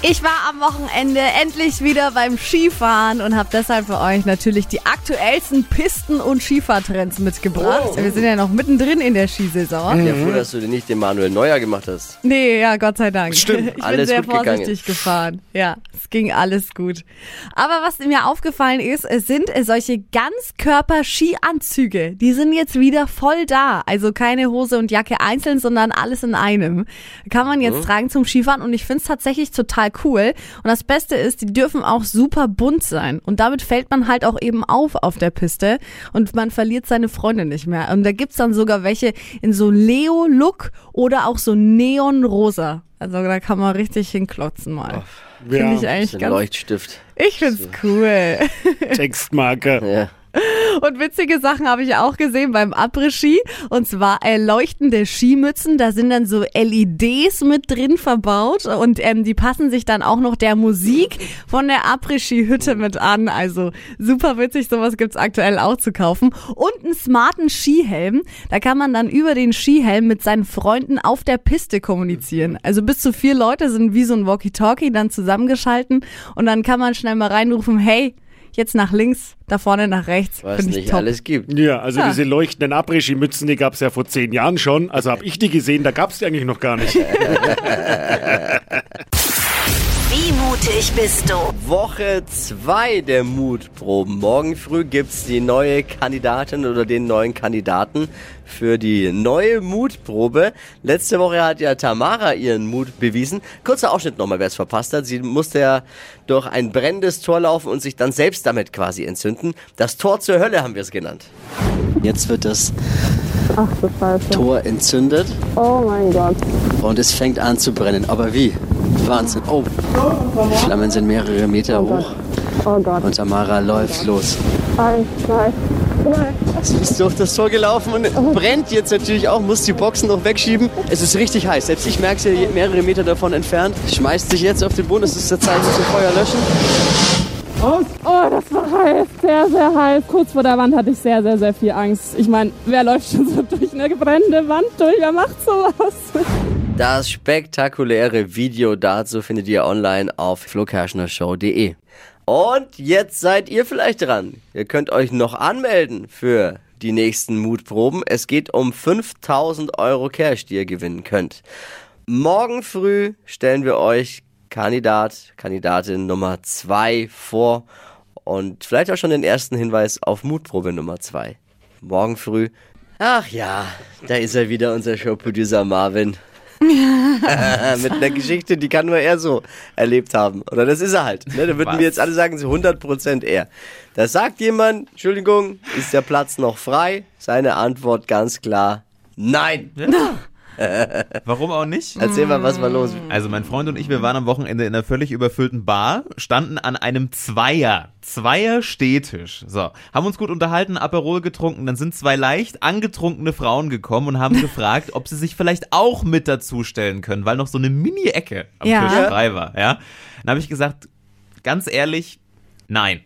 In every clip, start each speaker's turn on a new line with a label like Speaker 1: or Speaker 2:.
Speaker 1: Ich war am Wochenende endlich wieder beim Skifahren und habe deshalb für euch natürlich die aktuellsten Pisten- und Skifahrtrends mitgebracht. Wir sind ja noch mittendrin in der Skisaison.
Speaker 2: Oh. Ja, froh, dass du dir nicht den Manuel Neuer gemacht hast.
Speaker 1: Nee, ja, Gott sei Dank.
Speaker 2: Stimmt,
Speaker 1: ich
Speaker 2: alles
Speaker 1: bin sehr
Speaker 2: gut gegangen.
Speaker 1: vorsichtig gefahren. Ja, es ging alles gut. Aber was mir aufgefallen ist, es sind solche Ganzkörper-Skianzüge. Die sind jetzt wieder voll da. Also keine Hose und Jacke einzeln, sondern alles in einem. Kann man jetzt tragen zum Skifahren und ich finde es tatsächlich total cool. Und das Beste ist, die dürfen auch super bunt sein. Und damit fällt man halt auch eben auf auf der Piste und man verliert seine Freunde nicht mehr. Und da gibt's dann sogar welche in so Leo-Look oder auch so Neonrosa. Also da kann man richtig hinklotzen mal. Finde ich
Speaker 3: Ja,
Speaker 2: Das ist
Speaker 1: eigentlich
Speaker 2: ein
Speaker 1: ganz.
Speaker 2: Leuchtstift.
Speaker 1: Ich find's cool.
Speaker 3: Textmarker.
Speaker 2: Ja.
Speaker 1: Und witzige Sachen habe ich auch gesehen beim Après-Ski. Und zwar äh, leuchtende Skimützen. Da sind dann so LEDs mit drin verbaut. Und ähm, die passen sich dann auch noch der Musik von der Après-Ski-Hütte mit an. Also super witzig. Sowas gibt's aktuell auch zu kaufen. Und einen smarten Skihelm. Da kann man dann über den Skihelm mit seinen Freunden auf der Piste kommunizieren. Also bis zu vier Leute sind wie so ein Walkie-Talkie dann zusammengeschalten. Und dann kann man schnell mal reinrufen, hey, jetzt nach links, da vorne nach rechts.
Speaker 2: Was
Speaker 1: Find ich
Speaker 2: nicht
Speaker 1: top.
Speaker 2: alles gibt.
Speaker 3: Ja, also
Speaker 1: Ja.
Speaker 3: diese leuchtenden Abregie-Mützen, die gab's ja vor zehn Jahren schon. Also hab ich die gesehen, da gab's die eigentlich noch gar nicht.
Speaker 4: Wie mutig bist du?
Speaker 2: Woche 2 der Mutproben. Morgen früh gibt's die neue Kandidatin oder den neuen Kandidaten für die neue Mutprobe. Letzte Woche hat ja Tamara ihren Mut bewiesen. Kurzer Ausschnitt nochmal, wer es verpasst hat. Sie musste ja durch ein brennendes Tor laufen und sich dann selbst damit quasi entzünden. Das Tor zur Hölle haben wir es genannt. Jetzt wird das
Speaker 5: Ach du Scheiße.
Speaker 2: Tor entzündet
Speaker 5: Oh mein Gott.
Speaker 2: und es fängt an zu brennen. Aber wie? Wahnsinn. Oh, Flammen sind mehrere Meter hoch.
Speaker 5: Oh Gott.
Speaker 2: Und Tamara läuft los.
Speaker 5: Eins, zwei, drei.
Speaker 2: Sie ist durch das Tor gelaufen und brennt jetzt natürlich auch, muss die Boxen noch wegschieben. Es ist richtig heiß, selbst ich merke es ja je- mehrere Meter davon entfernt. Schmeißt sich jetzt auf den Boden, es ist der Zeichen zum Feuer löschen.
Speaker 6: Oh, das war heiß, sehr, sehr heiß. Kurz vor der Wand hatte ich sehr, sehr, sehr viel Angst. Ich meine, wer läuft schon so durch eine brennende Wand durch? Wer macht sowas?
Speaker 2: Das spektakuläre Video dazu findet ihr online auf flokerschnershow.de. Und jetzt seid ihr vielleicht dran. Ihr könnt euch noch anmelden für die nächsten Mutproben. Es geht um 5000 Euro Cash, die ihr gewinnen könnt. Morgen früh stellen wir euch Kandidat, Kandidatin Nummer 2 vor und vielleicht auch schon den ersten Hinweis auf Mutprobe Nummer 2. Morgen früh. Ach ja, da ist er wieder, unser Showproducer Marvin. mit einer Geschichte, die kann nur er so erlebt haben. Oder das ist er halt. Ne? Da würden wir jetzt alle sagen, so 100% er. Da sagt jemand, Entschuldigung, ist der Platz noch frei? Seine Antwort ganz klar, nein.
Speaker 7: Warum auch nicht?
Speaker 2: Erzähl mal, was war los?
Speaker 7: Also mein Freund und ich, wir waren am Wochenende in einer völlig überfüllten Bar, standen an einem Zweier, Zweier Stehtisch. So, haben uns gut unterhalten, Aperol getrunken, dann sind zwei leicht angetrunkene Frauen gekommen und haben gefragt, ob sie sich vielleicht auch mit dazu stellen können, weil noch so eine Mini-Ecke am
Speaker 1: Ja.
Speaker 7: Tisch
Speaker 1: Ja.
Speaker 7: frei war. Ja, dann habe ich gesagt, ganz ehrlich, nein.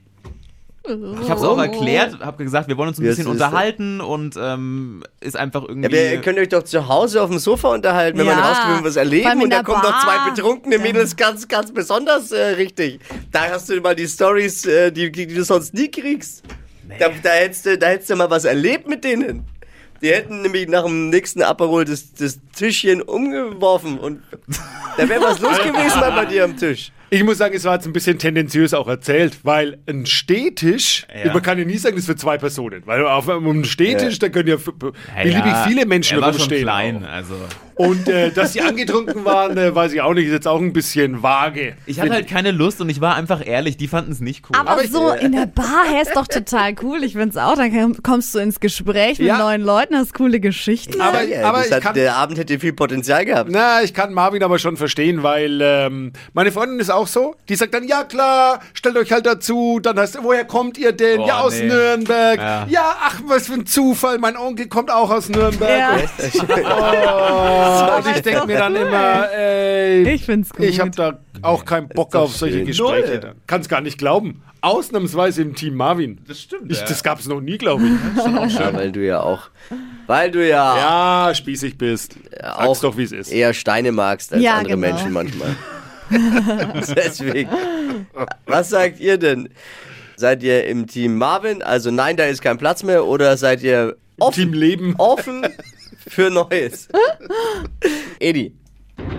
Speaker 7: Ich habe es auch erklärt, habe gesagt, wir wollen uns ein
Speaker 2: Oh. Ja,
Speaker 7: bisschen
Speaker 2: siehste.
Speaker 7: unterhalten und ähm, ist einfach
Speaker 2: Ja,
Speaker 7: irgendwie.
Speaker 2: aber ihr könnt euch doch zu Hause auf dem Sofa unterhalten, wenn man
Speaker 1: Ja.
Speaker 2: rausgeht und was
Speaker 1: Vor allem
Speaker 2: erleben.
Speaker 1: in
Speaker 2: Und da
Speaker 1: der
Speaker 2: kommen noch
Speaker 1: Bar.
Speaker 2: zwei betrunkene Mädels ganz, ganz besonders äh, richtig. Da hast du mal die Stories, äh, die, die du sonst nie kriegst. Da, da, hättest du, da hättest du mal was erlebt mit denen. Die hätten nämlich nach dem nächsten Aperol das, das Tischchen umgeworfen und da wäre was los gewesen mal bei dir am Tisch.
Speaker 3: Ich muss sagen, es war jetzt ein bisschen tendenziös auch erzählt, weil ein Stehtisch,
Speaker 7: Ja.
Speaker 3: man kann ja nie sagen, das ist für zwei Personen, weil auf einem Stehtisch, da können ja f- b-
Speaker 7: Ja,
Speaker 3: beliebig
Speaker 7: ja,
Speaker 3: viele Menschen
Speaker 7: er war schon
Speaker 3: rumstehen.
Speaker 7: klein, also.
Speaker 3: Und äh, dass sie angetrunken waren, äh, weiß ich auch nicht, ist jetzt auch ein bisschen vage.
Speaker 7: Ich hatte halt keine Lust und ich war einfach ehrlich, die fanden es nicht cool.
Speaker 1: Aber so in der Bar, hä, ist doch total cool. Ich find's auch. Dann kommst du ins Gespräch mit
Speaker 3: Ja.
Speaker 1: neuen Leuten, hast coole Geschichten.
Speaker 3: Aber,
Speaker 2: Ja,
Speaker 3: aber
Speaker 2: das
Speaker 3: ich
Speaker 2: hat,
Speaker 3: kann,
Speaker 2: der Abend hätte viel Potenzial gehabt.
Speaker 1: Ne.
Speaker 3: na, ich kann Marvin aber schon verstehen, weil ähm, meine Freundin ist auch so. Die sagt dann, ja klar, stellt euch halt dazu. Dann heißt, woher kommt ihr denn?
Speaker 7: Oh,
Speaker 3: ja, aus
Speaker 7: nee.
Speaker 3: Nürnberg.
Speaker 7: Ja.
Speaker 3: Ja. ach, was für ein Zufall. Mein Onkel kommt auch aus Nürnberg.
Speaker 1: Ja.
Speaker 3: Oh, und
Speaker 1: ist
Speaker 3: ich denke
Speaker 1: doch
Speaker 3: mir dann
Speaker 1: cool.
Speaker 3: immer, ey,
Speaker 1: Ich find's gut.
Speaker 3: Ich habe da auch keinen Bock
Speaker 2: doch
Speaker 3: auf solche
Speaker 2: schön.
Speaker 3: Gespräche.
Speaker 7: Null.
Speaker 3: dann. Kann's gar nicht glauben. Ausnahmsweise im Team Marvin.
Speaker 7: Das stimmt,
Speaker 3: Ich,
Speaker 7: ja.
Speaker 3: Das gab's noch nie, glaube ich. ne?
Speaker 2: Ja, weil du ja auch, weil du ja,
Speaker 3: ja, spießig bist.
Speaker 2: auch
Speaker 3: Sag's doch, wie es ist.
Speaker 2: eher Steine magst als
Speaker 1: Ja,
Speaker 2: andere
Speaker 1: genau.
Speaker 2: Menschen manchmal. Deswegen. Was sagt ihr denn? Seid ihr im Team Marvin, also nein, da ist kein Platz mehr, oder seid ihr offen,
Speaker 3: Team Leben.
Speaker 2: offen für Neues? Edi,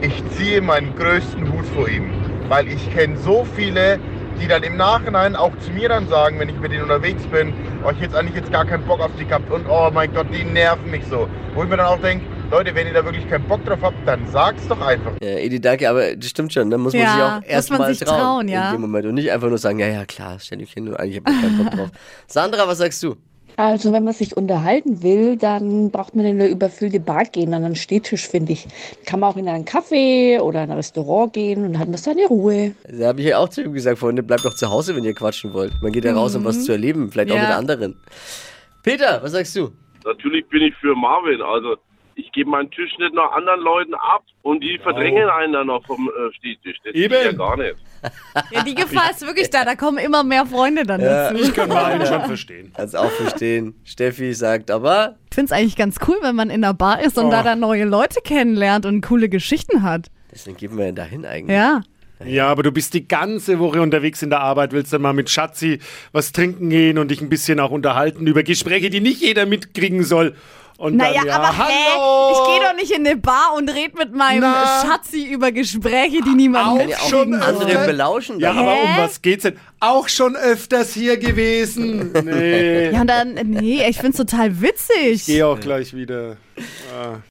Speaker 8: ich ziehe meinen größten Hut vor ihm, weil ich kenne so viele, die dann im Nachhinein auch zu mir dann sagen, wenn ich mit denen unterwegs bin, oh, ich hätte eigentlich jetzt gar keinen Bock auf die gehabt und oh mein Gott, die nerven mich so. Wo ich mir dann auch denke, Leute, wenn ihr da wirklich keinen Bock drauf habt, dann sagt's doch einfach.
Speaker 2: ja, Edi, danke, aber das stimmt schon, da muss man
Speaker 1: Ja, muss
Speaker 2: sich auch erstmal
Speaker 1: man sich
Speaker 2: trauen,
Speaker 1: trauen, ja.
Speaker 2: in dem Moment und nicht einfach nur sagen, ja, ja, klar, stell dich hin, eigentlich hab ich keinen Bock drauf. Sandra, was sagst du?
Speaker 9: Also, wenn man sich unterhalten will, dann braucht man in eine überfüllte Bar gehen, an einen Stehtisch, finde ich. Kann man auch in einen Café oder ein Restaurant gehen und hat man seine Ruhe.
Speaker 2: Da habe ich ja auch zu ihm gesagt, Freunde, bleibt doch zu Hause, wenn ihr quatschen wollt. Man geht ja raus, um was zu erleben, vielleicht auch
Speaker 1: Ja.
Speaker 2: mit anderen. Peter, was sagst du?
Speaker 10: Natürlich bin ich für Marvin. Also ich gebe meinen Tisch nicht nach anderen Leuten ab und die verdrängen
Speaker 11: Oh.
Speaker 10: einen dann noch vom äh, Stehtisch. Das
Speaker 3: Eben.
Speaker 10: geht ja gar nicht.
Speaker 1: Ja, die Gefahr ist wirklich da. Da kommen immer mehr Freunde dann dazu.
Speaker 3: Ich kann Marvin schon verstehen.
Speaker 2: Kannst auch verstehen. Steffi sagt aber,
Speaker 1: Ich find's eigentlich ganz cool, wenn man in der Bar ist und da
Speaker 3: Oh.
Speaker 1: dann neue Leute kennenlernt und coole Geschichten hat.
Speaker 2: deswegen gehen wir denn dahin eigentlich.
Speaker 1: Ja.
Speaker 3: Ja, aber du bist die ganze Woche unterwegs in der Arbeit, willst dann mal mit Schatzi was trinken gehen und dich ein bisschen auch unterhalten über Gespräche, die nicht jeder mitkriegen soll. Und
Speaker 1: Naja,
Speaker 3: dann, ja,
Speaker 1: aber
Speaker 3: hallo!
Speaker 1: hä? Ich gehe doch nicht in eine Bar und red mit meinem
Speaker 3: Na.
Speaker 1: Schatzi über Gespräche, die niemand
Speaker 3: Auch
Speaker 2: Ja, auch
Speaker 3: schon
Speaker 2: andere
Speaker 3: öfter-
Speaker 2: belauschen.
Speaker 3: Ja,
Speaker 2: dann.
Speaker 3: aber um
Speaker 1: Hä?
Speaker 3: was geht's denn? Auch schon öfters hier gewesen. Nee.
Speaker 1: Ja, und dann, nee, ich find's total witzig.
Speaker 3: Geh auch gleich wieder.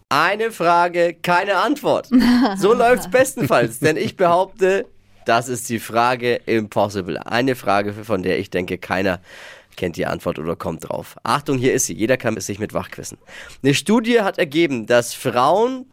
Speaker 2: Eine Frage, keine Antwort. So läuft's bestenfalls, denn ich behaupte, das ist die Frage Impossible. Eine Frage, von der ich denke, keiner kennt die Antwort oder kommt drauf. Achtung, hier ist sie. Jeder kann es sich mit wachquissen. Eine Studie hat ergeben, dass Frauen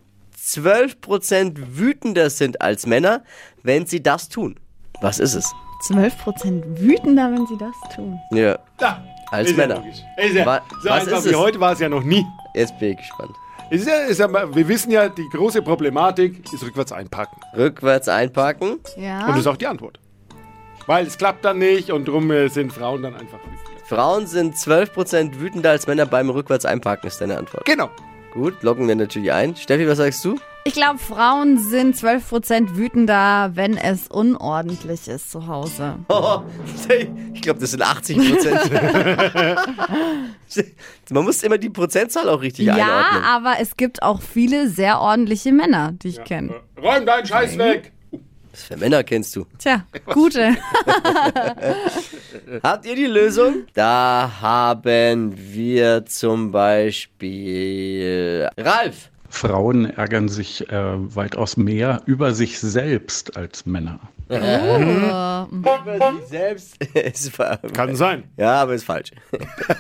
Speaker 2: 12% wütender sind als Männer, wenn sie das tun. Was ist es?
Speaker 1: 12% wütender, wenn sie das tun.
Speaker 2: Ja.
Speaker 3: Ja,
Speaker 2: Als
Speaker 3: ist ja
Speaker 2: Männer.
Speaker 3: logisch. Ist ja-
Speaker 2: Wa-
Speaker 3: so einfach wie heute war es ja noch nie.
Speaker 2: Jetzt bin ich gespannt.
Speaker 3: Es Ist ja, ist ja, wir wissen ja, die große Problematik ist rückwärts einpacken.
Speaker 2: Rückwärts einpacken?
Speaker 1: Ja.
Speaker 3: Und das ist auch die Antwort. Weil es klappt dann nicht und drum äh, sind Frauen dann einfach wütend.
Speaker 2: Frauen sind 12% wütender als Männer beim Rückwärts einparken, ist deine Antwort.
Speaker 3: Genau.
Speaker 2: Gut, loggen wir natürlich ein. Steffi, was sagst du?
Speaker 1: Ich glaube, Frauen sind 12% wütender, wenn es unordentlich ist zu Hause.
Speaker 2: Oh, ich glaube, das sind 80%. Man muss immer die Prozentzahl auch richtig
Speaker 1: Ja, ah.
Speaker 2: einordnen.
Speaker 1: aber es gibt auch viele sehr ordentliche Männer, die ich kenne.
Speaker 3: Äh, Räum deinen Scheiß weg!
Speaker 2: Was für Männer kennst du?
Speaker 1: Tja, gute.
Speaker 2: Habt ihr die Lösung? Da haben wir zum Beispiel Ralf.
Speaker 12: Frauen ärgern sich äh, weitaus mehr über sich selbst als Männer.
Speaker 2: Über sich selbst. Es war-
Speaker 3: Kann sein.
Speaker 2: Ja, aber ist falsch.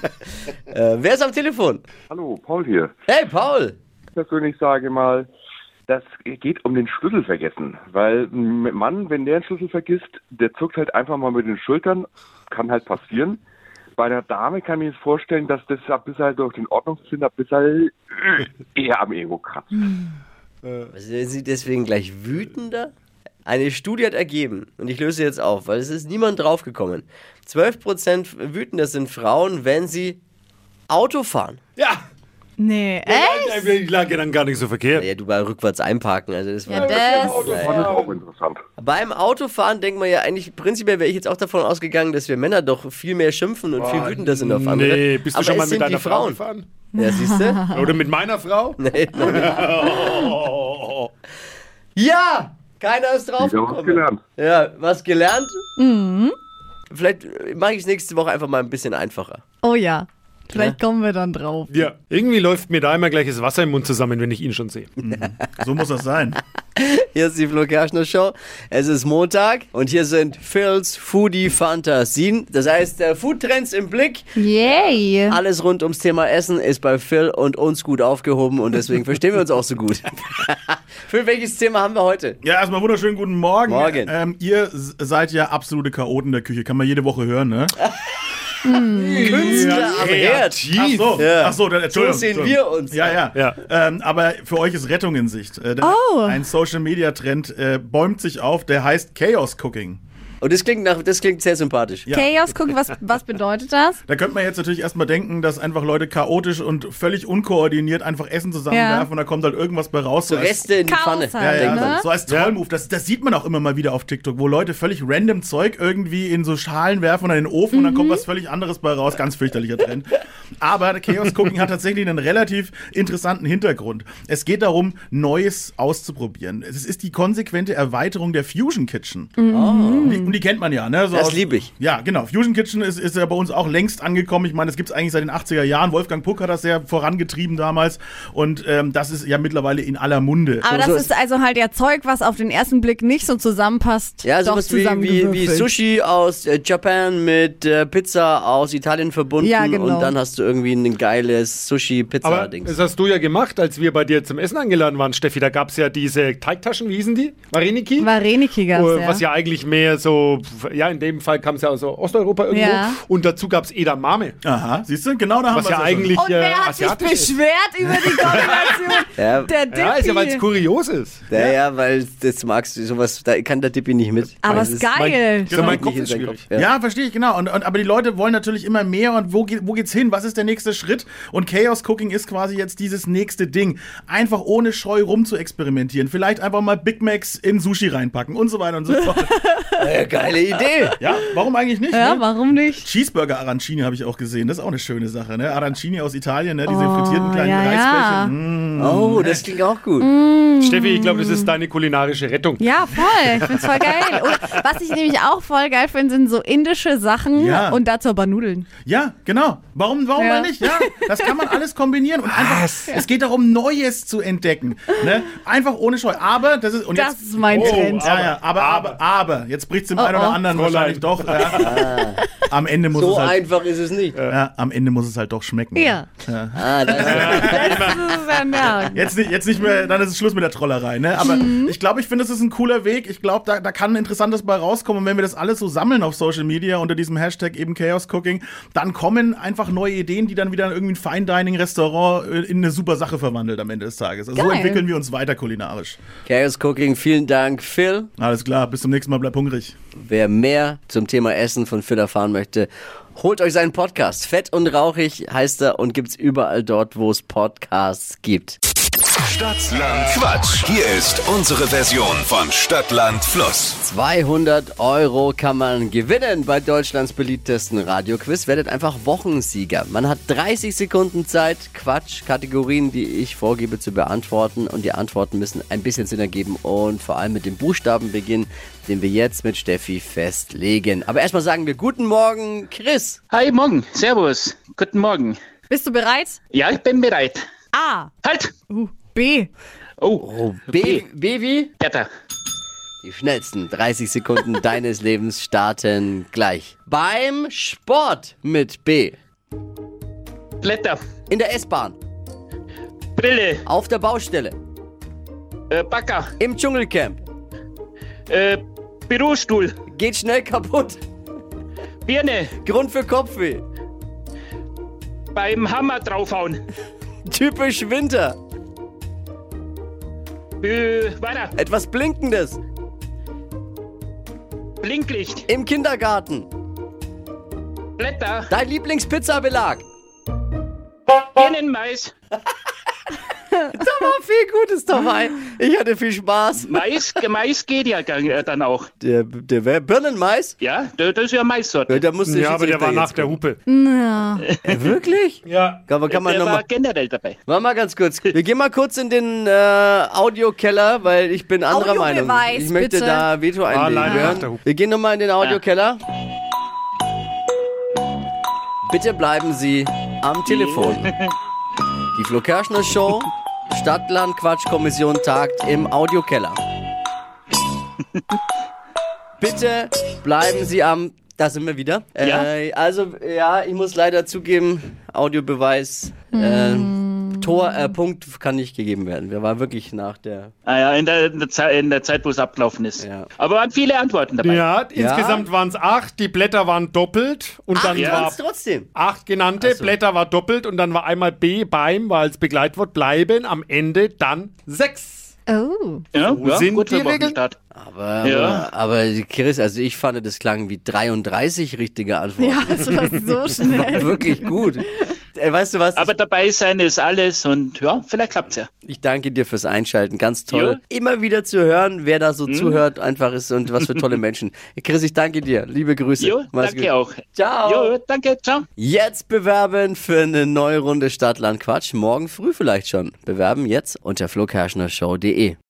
Speaker 2: äh, wer ist am Telefon?
Speaker 11: Hallo, Paul hier.
Speaker 2: Hey, Paul!
Speaker 11: Ich persönlich sage mal, das geht um den Schlüssel vergessen. Weil ein Mann, wenn der einen Schlüssel vergisst, der zuckt halt einfach mal mit den Schultern. Kann halt passieren. Bei einer Dame kann ich mir vorstellen, dass das ein bisschen durch den Ordnungssinn ein bisschen äh, eher am Ego kratzt.
Speaker 2: Sind Sie deswegen gleich wütender? Eine Studie hat ergeben, und ich löse jetzt auf, weil es ist niemand draufgekommen. 12% wütender sind Frauen, wenn sie Auto fahren.
Speaker 3: Ja!
Speaker 1: Nee, echt?
Speaker 3: Ich lag ja dann gar nicht so verkehrt.
Speaker 2: Ja, du bei rückwärts einparken, also das
Speaker 1: Ja,
Speaker 2: war...
Speaker 1: das.
Speaker 11: Das ist auch interessant.
Speaker 2: Beim Autofahren denkt man ja eigentlich, prinzipiell wäre ich jetzt auch davon ausgegangen, dass wir Männer doch viel mehr schimpfen und viel wütender sind auf andere.
Speaker 3: Nee, bist du
Speaker 2: Aber
Speaker 3: schon mal
Speaker 2: es
Speaker 3: mit
Speaker 2: sind die
Speaker 3: deiner Frau
Speaker 2: Frauen.
Speaker 3: gefahren?
Speaker 2: Ja, siehst du?
Speaker 3: Oder mit meiner Frau?
Speaker 2: Nee, noch nicht. ja! Keiner ist
Speaker 11: Wieder was
Speaker 2: draufgekommen.
Speaker 11: gelernt.
Speaker 2: Ja, was gelernt?
Speaker 13: Mhm.
Speaker 2: Vielleicht mache ich es nächste Woche einfach mal ein bisschen einfacher.
Speaker 1: Oh ja, vielleicht kommen wir dann drauf.
Speaker 3: Ja. Irgendwie läuft mir da immer gleich das Wasser im Mund zusammen, wenn ich ihn schon sehe.
Speaker 13: So muss das sein.
Speaker 2: Hier ist die Flo Kerschner Show. Es ist Montag und hier sind Phil's Foodie Fantasien. Das heißt, der Food Trends im Blick.
Speaker 1: Yay!
Speaker 2: Alles rund ums Thema Essen ist bei Phil und uns gut aufgehoben und deswegen verstehen wir uns auch so gut. Phil, welches Thema haben wir heute?
Speaker 13: Ja, erstmal wunderschönen guten Morgen.
Speaker 2: Morgen.
Speaker 13: Ähm, ihr s- seid ja absolute Chaoten der Küche. Kann man jede Woche hören, ne?
Speaker 2: Künstler am Herd.
Speaker 13: Ach so,
Speaker 2: Ja.
Speaker 13: ach so dann, Entschuldigung.
Speaker 2: So sehen
Speaker 13: Entschuldigung.
Speaker 2: wir uns.
Speaker 13: Ja, ja.
Speaker 3: Ja.
Speaker 13: Ähm, aber für euch ist Rettung in Sicht. Äh, der-
Speaker 1: Oh.
Speaker 13: Ein Social-Media-Trend äh, bäumt sich auf, der heißt Chaos-Cooking.
Speaker 2: Und das klingt, nach, das klingt sehr sympathisch.
Speaker 13: Ja.
Speaker 1: Chaos, guck, was, was bedeutet das?
Speaker 13: Da könnte man jetzt natürlich erstmal denken, dass einfach Leute chaotisch und völlig unkoordiniert einfach Essen zusammenwerfen
Speaker 1: Ja.
Speaker 13: und da kommt halt irgendwas bei raus.
Speaker 2: So
Speaker 13: als-
Speaker 2: Reste in die
Speaker 1: Chaos
Speaker 2: Pfanne.
Speaker 1: halt,
Speaker 13: ja, ja.
Speaker 1: ne?
Speaker 13: So als Trollmove. Das, das sieht man auch immer mal wieder auf TikTok, wo Leute völlig random Zeug irgendwie in so Schalen werfen oder in den Ofen und dann kommt was völlig anderes bei raus. Ganz fürchterlicher Trend. Aber der Chaos Cooking hat tatsächlich einen relativ interessanten Hintergrund. Es geht darum, Neues auszuprobieren. Es ist die konsequente Erweiterung der Fusion Kitchen. Und die, und die kennt man ja, ne? So
Speaker 2: Das
Speaker 13: aus-
Speaker 2: lieb ich.
Speaker 13: ja, genau. Fusion Kitchen ist, ist ja bei uns auch längst angekommen. Ich meine, es gibt es eigentlich seit den 80er Jahren. Wolfgang Puck hat das ja vorangetrieben damals. Und ähm, das ist ja mittlerweile in aller Munde.
Speaker 1: Aber das ist also halt ja Zeug, was auf den ersten Blick nicht so zusammenpasst.
Speaker 2: Ja,
Speaker 1: doch
Speaker 2: sowas wie, wie, wie
Speaker 1: zusammengewürfelt.
Speaker 2: Sushi aus äh, Japan mit äh, Pizza aus Italien verbunden
Speaker 1: Ja, genau.
Speaker 2: und dann hast du irgendwie ein geiles
Speaker 3: Aber
Speaker 2: Sushi-Pizza-Dings.
Speaker 3: das hast du ja gemacht, als wir bei dir zum Essen eingeladen waren, Steffi. Da gab es ja diese Teigtaschen, wie hießen die? Mariniki?
Speaker 1: Vareniki gab's,
Speaker 3: Äh,
Speaker 1: ja.
Speaker 3: Was ja eigentlich mehr so, ja, in dem Fall kam es ja aus Osteuropa irgendwo.
Speaker 1: Ja.
Speaker 3: Und dazu gab es Edamame.
Speaker 13: Aha, siehst du, genau da haben
Speaker 3: Was
Speaker 13: wir
Speaker 3: ja eigentlich.
Speaker 1: Und
Speaker 3: äh,
Speaker 1: wer hat sich
Speaker 3: asiatisch ist.
Speaker 1: beschwert über die Kombination?
Speaker 13: äh,
Speaker 2: Ja,
Speaker 1: Der Dippi.
Speaker 3: Ja, ist ja, weil es kurios ist.
Speaker 2: ja, ja, weil das magst du sowas, da kann der Dippi nicht mit.
Speaker 1: Aber
Speaker 2: Das
Speaker 1: ist geil.
Speaker 3: Mein, so, mein
Speaker 2: geht
Speaker 3: Kopf
Speaker 2: nicht in
Speaker 3: ist
Speaker 2: seinen
Speaker 3: schwierig.
Speaker 2: Ja.
Speaker 13: Ja, verstehe ich, genau. Und, und, aber die Leute wollen natürlich immer mehr und wo, geht, wo geht's hin? Was ist der nächste Schritt? Und Chaos Cooking ist quasi jetzt dieses nächste Ding. Einfach ohne Scheu rum zu experimentieren. Vielleicht einfach mal Big Macs in Sushi reinpacken und so weiter und so fort.
Speaker 2: Äh, geile Idee.
Speaker 13: ja, warum eigentlich nicht?
Speaker 1: Ja,
Speaker 13: ne?
Speaker 1: warum nicht?
Speaker 13: Cheeseburger Arancini habe ich auch gesehen. Das ist auch eine schöne Sache, ne? Arancini aus Italien, ne? Diese
Speaker 1: Oh,
Speaker 13: frittierten kleinen
Speaker 1: ja, ja.
Speaker 13: Reisbällchen. Mm.
Speaker 2: Oh, das klingt auch gut.
Speaker 3: Steffi, ich glaube, das ist deine kulinarische Rettung.
Speaker 1: Ja, voll. Ich find's voll geil. Oder was ich nämlich auch voll geil finde, sind so indische Sachen
Speaker 13: Ja.
Speaker 1: und dazu aber Nudeln.
Speaker 13: Ja, genau. Warum, warum warum
Speaker 1: Ja.
Speaker 13: mal nicht? Ja, das kann man alles kombinieren. Und einfach, es geht darum, Neues zu entdecken. Ne? Einfach ohne Scheu. Aber, das ist. Und
Speaker 1: Das
Speaker 13: jetzt,
Speaker 1: ist mein Trend.
Speaker 13: Ja, ja, aber, aber, aber, jetzt bricht es dem
Speaker 1: Oh,
Speaker 13: einen oder
Speaker 1: oh.
Speaker 13: anderen wahrscheinlich doch. Ja. Am Ende muss
Speaker 2: So
Speaker 13: es halt.
Speaker 2: einfach ist es nicht.
Speaker 13: Ja, am Ende muss es halt doch schmecken.
Speaker 1: Ja.
Speaker 13: Ja.
Speaker 2: Ah, das
Speaker 1: Das ist ja merken.
Speaker 13: Jetzt nicht, jetzt nicht mehr, dann ist es Schluss mit der Trollerei, ne? Aber ich glaube, ich finde, das ist ein cooler Weg. Ich glaube, da, da kann ein interessantes bei rauskommen. Und wenn wir das alles so sammeln auf Social Media unter diesem Hashtag eben Chaos Cooking, dann kommen einfach neue Ideen, die dann wieder irgendwie ein Fine Dining Restaurant äh, in eine super Sache verwandelt am Ende des Tages. Also so
Speaker 1: Geil.
Speaker 13: entwickeln wir uns weiter kulinarisch.
Speaker 2: Chaos Cooking, vielen Dank, Phil.
Speaker 13: Alles klar, bis zum nächsten Mal, bleib hungrig.
Speaker 2: Wer mehr zum Thema Essen von Phil erfahren möchte, holt euch seinen Podcast. Fett und rauchig heißt er und gibt's überall dort, wo es Podcasts gibt.
Speaker 14: Stadtland Quatsch. Hier ist unsere Version von Stadtland Fluss.
Speaker 2: 200 Euro kann man gewinnen bei Deutschlands beliebtesten Radioquiz. Werdet einfach Wochensieger. Man hat 30 Sekunden Zeit, Quatsch, Kategorien, die ich vorgebe, zu beantworten. Und die Antworten müssen ein bisschen Sinn ergeben und vor allem mit dem Buchstaben beginnen, den wir jetzt mit Steffi festlegen. Aber erstmal sagen wir Guten Morgen, Chris.
Speaker 15: Hi, morgen. Servus. Guten Morgen.
Speaker 1: Bist du bereit?
Speaker 15: Ja, ich bin bereit.
Speaker 1: A.
Speaker 15: Halt!
Speaker 1: Uh, B.
Speaker 15: Oh,
Speaker 2: B, B wie?
Speaker 15: Bertha.
Speaker 2: Die schnellsten 30 Sekunden deines Lebens starten gleich. Beim Sport mit B.
Speaker 15: Blätter.
Speaker 2: In der S-Bahn.
Speaker 15: Brille.
Speaker 2: Auf der Baustelle.
Speaker 15: Äh, Bagger.
Speaker 2: Im Dschungelcamp.
Speaker 15: Äh, Bürostuhl.
Speaker 2: Geht schnell kaputt.
Speaker 15: Birne.
Speaker 2: Grund für Kopfweh.
Speaker 15: Beim Hammer draufhauen.
Speaker 2: Typisch Winter.
Speaker 15: Äh, weiter.
Speaker 2: Etwas Blinkendes.
Speaker 15: Blinklicht.
Speaker 2: Im Kindergarten.
Speaker 15: Blätter.
Speaker 2: Dein Lieblingspizzabelag.
Speaker 15: Birnenmais.
Speaker 2: Da war Oh, viel Gutes dabei. Ich hatte viel Spaß.
Speaker 15: Mais, Mais geht ja gang- äh, dann auch.
Speaker 2: Der, der wär Birnenmais?
Speaker 15: Ja, das ist ja Maissorte.
Speaker 2: Ja, der musste
Speaker 3: Ja, aber der war nach der Hupe.
Speaker 1: Na.
Speaker 2: Wirklich?
Speaker 3: Ja.
Speaker 2: Aber kann man
Speaker 15: der
Speaker 2: nochmal.
Speaker 15: war generell dabei.
Speaker 2: Warte mal ganz kurz. Wir gehen mal kurz in den äh, Audiokeller, weil ich bin anderer Meinung.
Speaker 1: Audiobeweis,
Speaker 2: ich möchte
Speaker 1: bitte.
Speaker 2: da Veto einlegen.
Speaker 3: Ah, leider
Speaker 2: hören.
Speaker 3: macht der Hup.
Speaker 2: Wir gehen nochmal in den Audiokeller. Bitte bleiben Sie am Telefon. Die Flo Kerschner Show, Stadtland Quatschkommission tagt im Audiokeller. Bitte bleiben Sie am. Da sind wir wieder. Äh, also, ja, ich muss leider zugeben, Audiobeweis.
Speaker 15: Hm.
Speaker 2: Äh, Tor, äh, Punkt kann nicht gegeben werden. Wir waren wirklich nach der.
Speaker 15: Ah ja, in der, in der, Zeit, in der Zeit, wo es abgelaufen ist. Aber waren viele Antworten dabei.
Speaker 3: Ja, insgesamt waren es acht, die Blätter waren doppelt und dann
Speaker 15: ja.
Speaker 3: war
Speaker 2: Ganz Also, trotzdem.
Speaker 3: acht genannte, Blätter war doppelt und dann war einmal B beim, war als Begleitwort bleiben, am Ende dann sechs.
Speaker 1: Oh.
Speaker 15: Ja,
Speaker 3: Wo sind
Speaker 15: gut
Speaker 3: die
Speaker 15: für
Speaker 3: Regeln?
Speaker 15: Wochenstart.
Speaker 2: Aber,
Speaker 15: Ja.
Speaker 2: aber Chris, also ich fand, das klang wie 33 richtige Antworten.
Speaker 1: Ja, es war so
Speaker 2: War
Speaker 1: schnell.
Speaker 2: wirklich gut. Äh, Weißt du was?
Speaker 15: Aber dabei sein ist alles und ja, vielleicht klappt's ja.
Speaker 2: Ich danke dir fürs Einschalten. Ganz toll. Immer wieder zu hören, wer da so
Speaker 15: Mhm.
Speaker 2: zuhört, einfach ist und was für tolle Menschen. Chris, ich danke dir. Liebe Grüße.
Speaker 15: Jo,
Speaker 2: Mach's
Speaker 15: danke auch.
Speaker 2: Ciao.
Speaker 15: Jo, danke, ciao.
Speaker 2: Jetzt bewerben für eine neue Runde Stadtland Quatsch. Morgen früh vielleicht schon. Bewerben jetzt unter flokerschnershow.de.